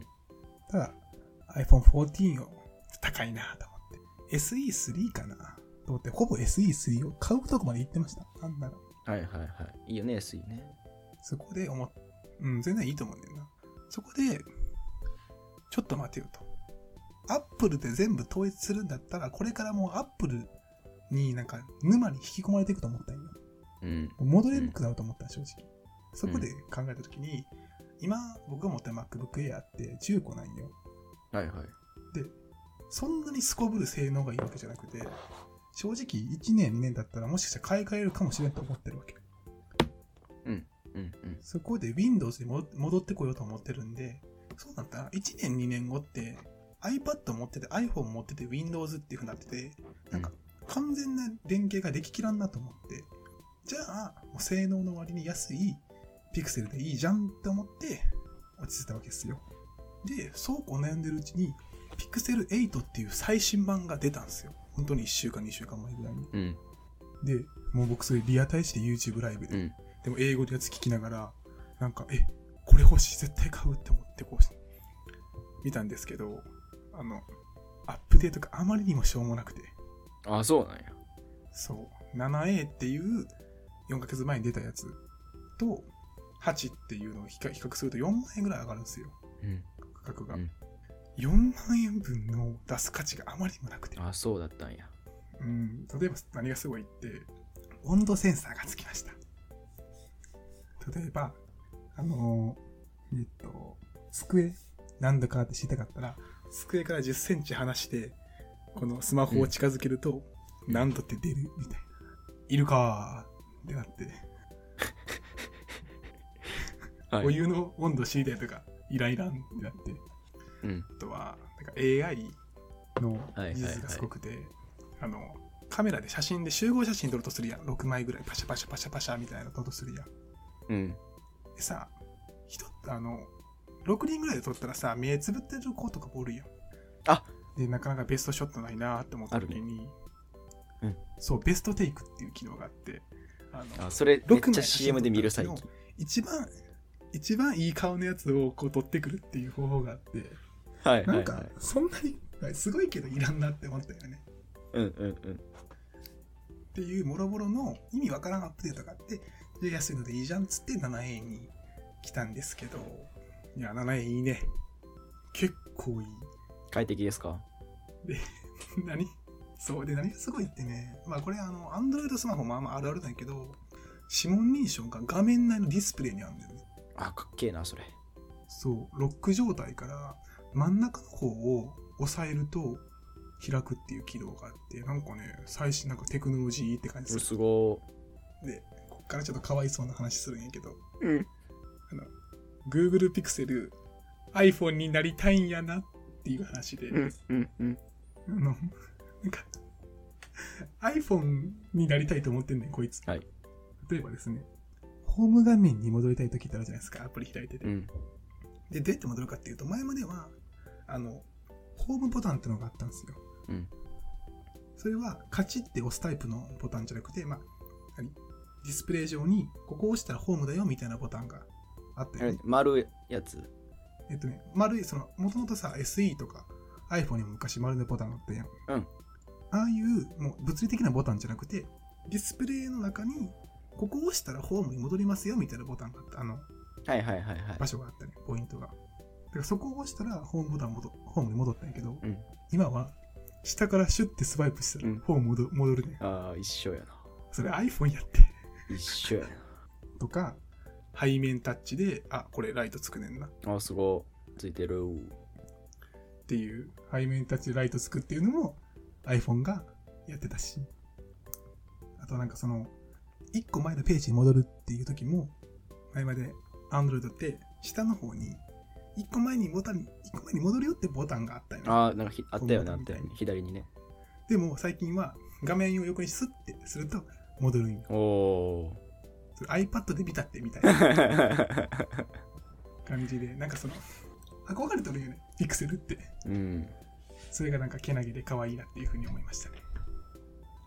Speaker 1: ただ iPhone14 を高いなと思って SE3 かなと思ってほぼ SE3 を買うとこまで行ってましたなんなら
Speaker 2: はいはいはいいいよね安いね
Speaker 1: そこで思っ、うん、全然いいと思うんだよな。そこで、ちょっと待てよと。アップルで全部統一するんだったら、これからもうアップルになんか沼に引き込まれていくと思ったんよ。
Speaker 2: うん
Speaker 1: 戻れなくなると思った、正直。そこで考えたときに、今僕が持ってる MacBook Air って10個なんよ。
Speaker 2: はいはい
Speaker 1: そんなにすこぶる性能がいいわけじゃなくて、正直1年2年だったらもしかしたら買い替えるかもしれんと思ってるわけ。
Speaker 2: うんうん
Speaker 1: そこで Windows に戻戻ってこようと思ってるんで、そうなったら1年2年後って iPad 持ってて iPhone 持ってて Windows っていう風になってて、なんか完全な連携ができきらんなと思って、じゃあ、もう性能の割に安い Pixel でいいじゃんって思って落ち着いたわけですよ。で、そうこう悩んでるうちに Pixel 8っていう最新版が出たんですよ。本当に1週間2週間前ぐらいに。
Speaker 2: うん
Speaker 1: で、もう僕それリアタイして YouTube ライブで
Speaker 2: うん
Speaker 1: でも英語のやつ聞きながら、なんか、え、これ欲しい、絶対買うって思ってこうして、見たんですけど、あの、アップデートがあまりにもしょうもなくて、
Speaker 2: あそうなんや
Speaker 1: そう、7A っていう4ヶ月前に出たやつと、8っていうのを比較比較すると4万円ぐらい上がるんですよ、
Speaker 2: うん
Speaker 1: 価格が。
Speaker 2: うん
Speaker 1: 4万円分の出す価値があまりにもなくて、
Speaker 2: あそうだったんや
Speaker 1: うん、例えば何がすごいって温度センサーがつきました例えばあのーえっと机何度かって知りたかったら机から1 0センチ離してこのスマホを近づけると
Speaker 2: うん
Speaker 1: 何度って出るみたいな、いるかーってなって、
Speaker 2: は
Speaker 1: お湯の温度知りたいとかイライランってなって
Speaker 2: うん
Speaker 1: あとはなんか AI の
Speaker 2: はいはいはい
Speaker 1: 技術がすごくて、あのカメラで写真で集合写真撮るとするやん6枚ぐらいパシャパシャパシャパシャみたいなの撮るとするやん
Speaker 2: うん
Speaker 1: でさ人あの6人ぐらいで撮ったらさ目つぶってる子とかもおるやん
Speaker 2: あ
Speaker 1: でなかなかベストショットないなって思った時に、
Speaker 2: あるねうん
Speaker 1: そうベストテイクっていう機能があってあの
Speaker 2: あそれめっ
Speaker 1: 六枚
Speaker 2: ちゃ CM で見る最
Speaker 1: の
Speaker 2: 近
Speaker 1: 一番一番いい顔のやつをこう撮ってくるっていう方法があって
Speaker 2: はいはい
Speaker 1: な
Speaker 2: は
Speaker 1: ん
Speaker 2: い
Speaker 1: かそんなにはいすごいけどいらんなって思ったよね
Speaker 2: うんうんうん
Speaker 1: っていうもろもろの意味わからんアップデートがあってで安いのでいいじゃんっつって 7A に来たんですけどいや 7A いいね結構いい *laughs*
Speaker 2: 快適ですか
Speaker 1: 何そうで何がすごいってねまあこれあの Android スマホもあんまあるあるなんやけど指紋認証が画面内のディスプレイにあるんだよね
Speaker 2: あかっけえなそれ
Speaker 1: そうロック状態から真ん中の方を押さえると開くっていう機能があってなんかね最新なんかテクノロジーって感じする
Speaker 2: すご
Speaker 1: で、こっからちょっとかわいそうな話するんやけど、
Speaker 2: ーうん
Speaker 1: Google Pixel iPhone になりたいんやなっていう話で、
Speaker 2: うんうんうん
Speaker 1: あの、なんか、iPhone になりたいと思ってんねん、こいつ。
Speaker 2: はい
Speaker 1: 例えばですね、ホーム画面に戻りたいときってあるじゃないですか、アプリ開いてて。
Speaker 2: うん
Speaker 1: で、どうやって戻るかっていうと、前までは、あの、ホームボタンってのがあったんですよ。
Speaker 2: うん
Speaker 1: それはカチッて押すタイプのボタンじゃなくて、まあ、何ディスプレイ上にここを押したらホームだよみたいなボタンがあったよね。
Speaker 2: 丸いやつ。
Speaker 1: えっとね、丸い、その、もともとさ、SE とか iPhone にも昔丸のボタンがあったやん。
Speaker 2: うん
Speaker 1: ああいう、もう物理的なボタンじゃなくて、ディスプレイの中に、ここを押したらホームに戻りますよみたいなボタンがあった、あの、
Speaker 2: はいはいはいはい
Speaker 1: 場。所があったね、ポイントが。だからそこを押したらホームボタン戻、ホームに戻ったんやけど、
Speaker 2: うん
Speaker 1: 今は、下からシュッてスワイプしたら
Speaker 2: うん
Speaker 1: ホーム戻戻るね。
Speaker 2: ああ、一緒やな。
Speaker 1: それ iPhone やって。
Speaker 2: 一緒や
Speaker 1: とか、背面タッチで、あ、これライトつくねんな。
Speaker 2: な。ああ、すごい。ついてる。
Speaker 1: っていう背面タッチでライトつくっていうのも iPhone がやってたしあとなんかその1個前のページに戻るっていう時も前まで Android って下の方に1個前にボタン1個前に戻るよってボタンがあったよね
Speaker 2: ああ、なんかひあったよね、あったよね。左にね。
Speaker 1: でも最近は画面を横にスッてすると戻るんよ
Speaker 2: おお。
Speaker 1: それ iPad で見たってみたいな
Speaker 2: *laughs*
Speaker 1: 感じでなんかその憧れとるよねピクセルって
Speaker 2: うん。
Speaker 1: それがなんかけなげで可愛いなっていうふうに思いましたね。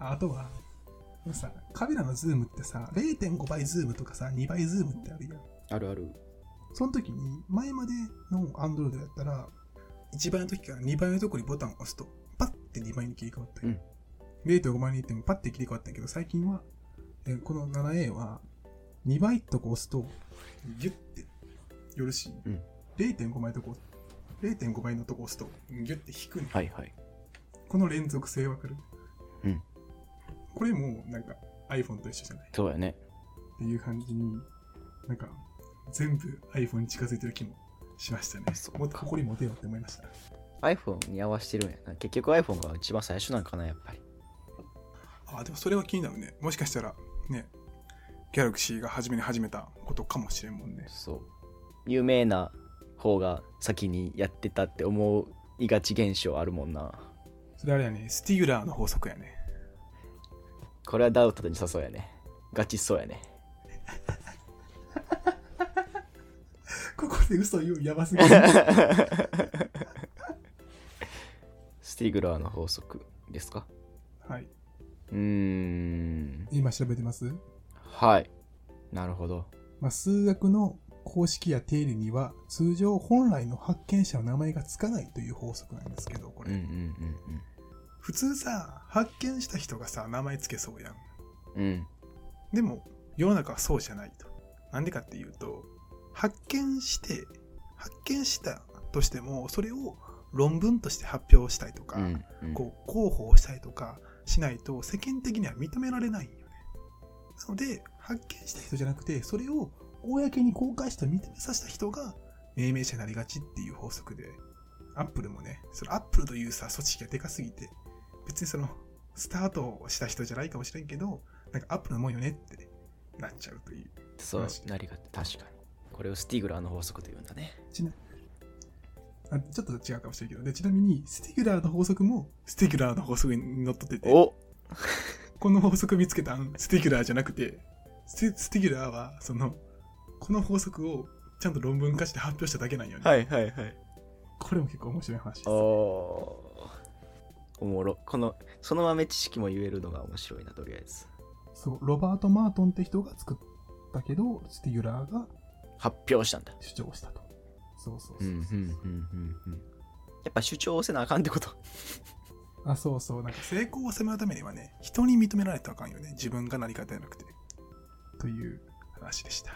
Speaker 1: ああとは、でもさ、カメラのズームってさ、0.5倍ズームとかさ、2倍ズームってあるやん。
Speaker 2: あるある。
Speaker 1: その時に、前までの Android だったら、1倍の時から2倍のとこにボタンを押すと、パッて2倍に切り替わったよ。0.5倍にいってもパッて切り替わったんやけど、最近は、えーこの 7A は、2倍とこ押すと、ギュッて寄るし、
Speaker 2: うん
Speaker 1: 0.5倍のとこ、0.5倍のとこ押すと、ギュッて引くね。
Speaker 2: はいはい。
Speaker 1: この連続性わかる
Speaker 2: うん
Speaker 1: これもなんか iPhone と一緒じゃない
Speaker 2: そうやね。
Speaker 1: っていう感じに、なんか全部 iPhone に近づいてる気もしましたね
Speaker 2: そう。か
Speaker 1: もっと誇り持てよって思いました。
Speaker 2: iPhone に合わせてるんやな。結局 iPhone が一番最初なんかな、やっぱり。
Speaker 1: あ、でもそれは気になるね。もしかしたらね、ギャラクシーが初めに始めたことかもしれんもんね。
Speaker 2: そう。有名な方が先にやってたって思いがち現象あるもんな。
Speaker 1: それあれやね、スティグラーの法則やね。
Speaker 2: これはダウトで良さそうやね。ガチそうやね。
Speaker 1: *laughs* ここで嘘言うやばすぎる。あ
Speaker 2: *laughs* スティグラーの法則ですか
Speaker 1: *laughs* はい。
Speaker 2: うーん。
Speaker 1: 今調べてます
Speaker 2: はい。なるほど。
Speaker 1: まあ、数学の公式や定理には通常本来の発見者の名前がつかないという法則なんですけどこ
Speaker 2: う
Speaker 1: れ、
Speaker 2: んうん
Speaker 1: 普通さ発見した人がさ名前つけそうやん
Speaker 2: うんうん。うん。
Speaker 1: でも世の中はそうじゃないとなんでかっていうと発見して発見したとしてもそれを論文として発表したりとか、
Speaker 2: うんうん
Speaker 1: こう広報したりとかしないと世間的には認められないんよねなので発見した人じゃなくてそれを公に公開して認めさせた人が命名者になりがちっていう法則でアップルもねそのアップルというさ組織がでかすぎて別にそのスタートをした人じゃないかもしれんけどなんかアップルのもんよねってなっちゃうという
Speaker 2: そう
Speaker 1: マジ、で
Speaker 2: なりが確かに。これをスティグラーの法則というんだね。
Speaker 1: ちなあちょっと違うかもしれんけどでちなみにスティグラーの法則もスティグラーの法則にのっとってて
Speaker 2: お
Speaker 1: この法則見つけたんスティグラーじゃなくてステスティグラーはそのこの法則をちゃんと論文化して発表しただけなんよね、
Speaker 2: いはいはい。
Speaker 1: これも結構面白い話です
Speaker 2: おおー。おもろ。この、その豆知識も言えるのが面白いな、とりあえず。
Speaker 1: そうロバート・マートンって人が作ったけどスティグラーが
Speaker 2: 発表したんだ。
Speaker 1: 主張したとそうそう
Speaker 2: う
Speaker 1: そ
Speaker 2: ん
Speaker 1: う
Speaker 2: うんうんうんうん。やっぱ主張をせなあかんってこと。
Speaker 1: あそうそうなんか成功を迫るためにはね人に認められたらあかんよね自分が何かじゃなくてという話でした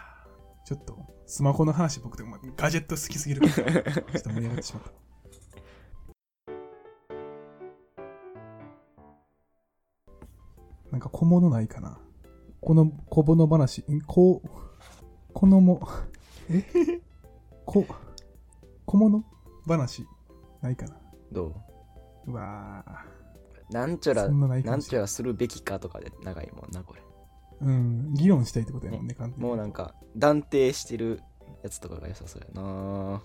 Speaker 1: ちょっとスマホの話僕でもガジェット好きすぎるからちょっと盛り上がってしまったなんか小物ないかなこの小物話んこうこのも *laughs* えこ小物話ないかな
Speaker 2: *laughs* どう
Speaker 1: うわー
Speaker 2: なんちゃら、
Speaker 1: そんなないかも
Speaker 2: なん
Speaker 1: し
Speaker 2: ち
Speaker 1: れな
Speaker 2: ゃ
Speaker 1: い
Speaker 2: らするべきかとかで長いもんな、これ。
Speaker 1: うん、議論したいってことやもんね、完全に
Speaker 2: もうなんか、断定してるやつとかが良さそうやな。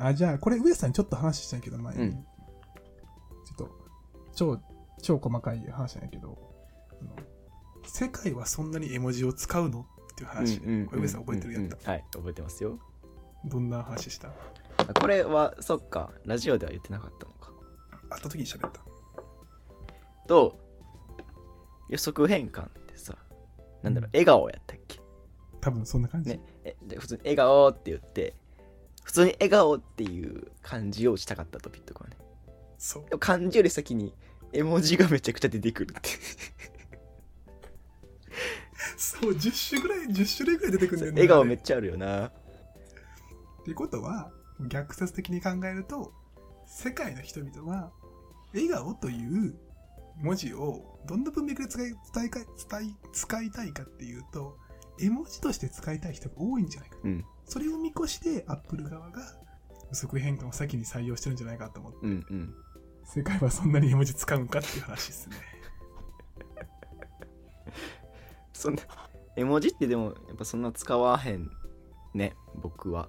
Speaker 1: あ、じゃあ、これ、上さんにちょっと話したんやけど、前に。
Speaker 2: うん
Speaker 1: ちょっと、超、超細かい話なんやけど、あの世界はそんなに絵文字を使うのっていう話。これ、上さん覚えてるやった。
Speaker 2: うんうんはい、覚えてますよ。
Speaker 1: どんな話した
Speaker 2: あこれは、そっか、ラジオでは言ってなかったのか。
Speaker 1: 会った時に喋った。
Speaker 2: と予測変換ってさなんだろう笑顔やったっけ
Speaker 1: 多分そんな感じ。
Speaker 2: ねえで普通に笑顔って言って普通に笑顔っていう漢字を打ちたかったとピット君はね
Speaker 1: そう
Speaker 2: で。も漢字より先に絵文字がめちゃくちゃ出てくるって
Speaker 1: そう、10種ぐらい、10種類ぐらい出てくるんだよね。
Speaker 2: 笑顔め
Speaker 1: っ
Speaker 2: っちゃあるよな
Speaker 1: ていうことは、逆説的に考えると、世界の人々は、笑顔という文字をどんな文脈で使い伝えか伝い使いたいかっていうと、絵文字として使いたい人が多いんじゃないか。
Speaker 2: うん
Speaker 1: それを見越して、アップル側が予測変換を先に採用してるんじゃないかと思って、
Speaker 2: うんうん
Speaker 1: 世界はそんなに絵文字使うんかっていう話ですね。
Speaker 2: そんな絵文字ってでもやっぱそんな使わへんね僕は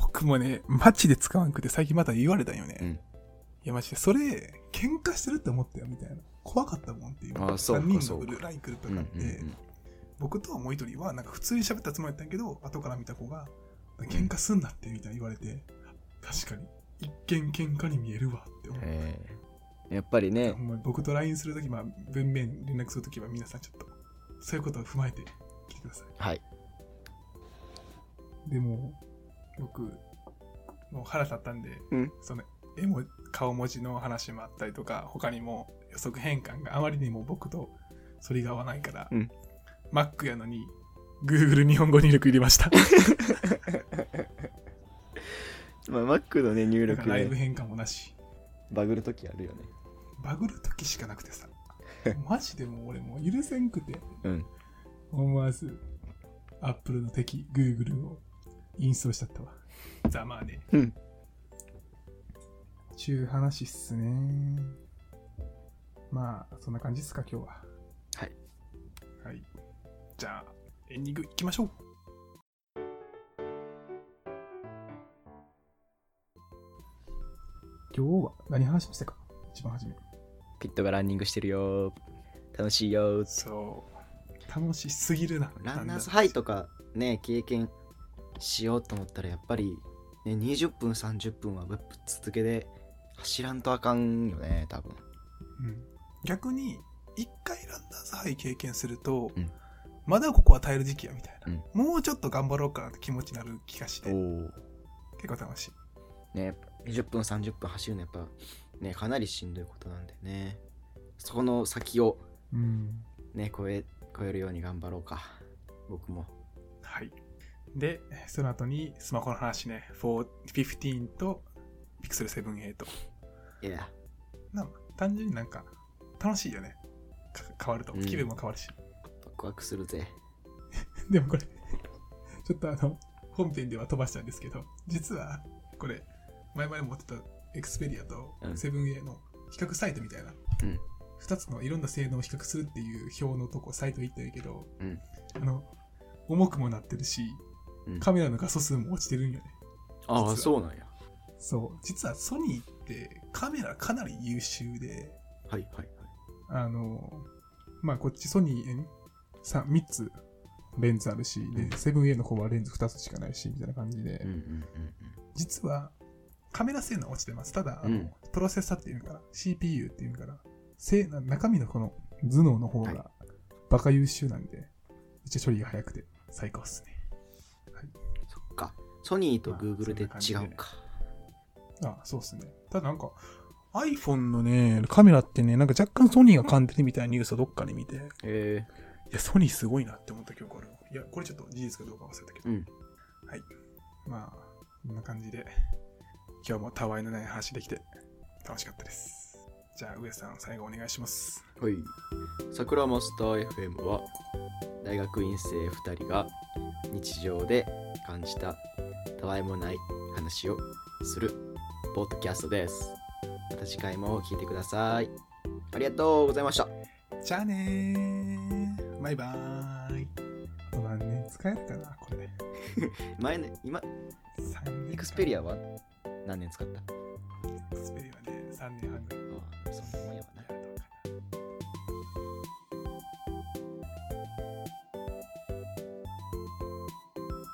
Speaker 1: 僕もね、マジで使わんくて最近また言われたんよね。
Speaker 2: うん
Speaker 1: いや、マジで、それ、喧嘩してるって思ったよ、みたいな。怖かったもんっていう。
Speaker 2: あそう
Speaker 1: 3
Speaker 2: か
Speaker 1: 人
Speaker 2: そう
Speaker 1: の
Speaker 2: か
Speaker 1: グルーライン来ると
Speaker 2: うんう
Speaker 1: か
Speaker 2: ん
Speaker 1: って、僕ともう一人は、なんか普通に喋ったつもりだったんやけど、後から見た子が、喧嘩すんなって、みたいな言われて、確かに、一見喧嘩に見えるわって思
Speaker 2: うん
Speaker 1: った。
Speaker 2: へえやっぱりね
Speaker 1: ほんまに僕と LINE するとき、まあ、文面連絡するときは皆さんちょっと、そういうことを踏まえて来てください。
Speaker 2: はい
Speaker 1: でも、僕、もう腹立ったんで、
Speaker 2: うん
Speaker 1: その絵も顔文字の話もあったりとか、他にも予測変換があまりにも僕と反りが合わないから、
Speaker 2: うん
Speaker 1: Mac やのに Google 日本語入力入れました。
Speaker 2: まあ Mac のね入
Speaker 1: だか
Speaker 2: 力
Speaker 1: らライブ
Speaker 2: ね
Speaker 1: 変換もなし、
Speaker 2: バグる時あるよね
Speaker 1: バグるときしかなくて
Speaker 2: *laughs*
Speaker 1: さ、マジでもう俺もう許せんくて、
Speaker 2: うん
Speaker 1: 思わず Apple の敵 Google をインストールしちゃったわ。ざまあね。
Speaker 2: うん
Speaker 1: ちゅう話っすね。まあ、そんな感じっすか、今日は。
Speaker 2: はい。
Speaker 1: はい。じゃあ、エンディングいきましょう。今日は何話しましたか一番初め。
Speaker 2: ピットがランニングしてるよー楽しいよー
Speaker 1: そう。楽しすぎるな。
Speaker 2: ランナ
Speaker 1: なん
Speaker 2: ーズ
Speaker 1: だ
Speaker 2: ハイとかね経験しようと思ったらやっぱり、ね、20分30分はぶっ続けで走らんとあかんよね多分
Speaker 1: うん逆に一回ランナーズハイ経験すると、
Speaker 2: うん
Speaker 1: まだここは耐える時期やみたいな、もうちょっと頑張ろうかなって気持ちになる気がして
Speaker 2: お
Speaker 1: 結構楽しい
Speaker 2: ね20分30分走るのやっぱねかなりしんどいことなんでねそこの先を
Speaker 1: うん
Speaker 2: ね超え超えるように頑張ろうか僕も
Speaker 1: はいでその後にスマホの話ね415と Pixel78
Speaker 2: いや
Speaker 1: なんか単純になんか楽しいよねか変わると
Speaker 2: うん
Speaker 1: 気分も変わるし、
Speaker 2: ワクワクするぜ
Speaker 1: *laughs* でもこれちょっとあの本編では飛ばしたんですけど実はこれ前々持ってたエクスペリアと
Speaker 2: うん
Speaker 1: セブン a の比較サイトみたいな、
Speaker 2: うん
Speaker 1: 2つのいろんな性能を比較するっていう表のとこサイト行ったんやけど、
Speaker 2: うん
Speaker 1: あの重くもなってるし
Speaker 2: うん
Speaker 1: カメラの画素数も落ちてるんよね、実
Speaker 2: あ
Speaker 1: は
Speaker 2: あそうなんや
Speaker 1: そう実はソニーってカメラかなり優秀で
Speaker 2: はいはいはい
Speaker 1: あの、まあ、こっちソニー 3, 3つレンズあるし、
Speaker 2: うん
Speaker 1: で、セブン a の方はレンズ2つしかないし、みたいな感じで、
Speaker 2: うんうんうん
Speaker 1: 実はカメラ性能は落ちてます。ただ、あの
Speaker 2: うん
Speaker 1: プロセッサーっていうのかな、CPU っていうのかな、性な中身のこの頭脳の方
Speaker 2: はい
Speaker 1: がバカ優秀なんで、めっちゃ処理が早くて最高っすね。
Speaker 2: うんそっかソニーと
Speaker 1: まあ
Speaker 2: グーグルで
Speaker 1: そんな感じ
Speaker 2: 違
Speaker 1: で
Speaker 2: うか、
Speaker 1: あそうっすね。ただなんか、iPhone のね、カメラってね、なんか若干ソニーが噛んでるみたいなニュースをどっかで見て、
Speaker 2: へえ
Speaker 1: いや、ソニーすごいなって思った記憶あるわ。いや、これちょっと事実かどうか忘れたけど。
Speaker 2: うん
Speaker 1: はい。まあ、こんな感じで、今日もたわいのない話できて、楽しかったです。じゃあ、上さん、最後お願いします。
Speaker 2: はい。桜マスター FM は大学院生2人が日常で感じたたわいもない話をするポッドキャストです。また次回も聞いてください。ありがとうございました。
Speaker 1: じゃあねー。バイバーイ。あと何年使えるかな、これ。
Speaker 2: 前ね、今、
Speaker 1: 3年
Speaker 2: エクスペリアは何年使った
Speaker 1: ア。エクスペリアね、3年半ぐらい。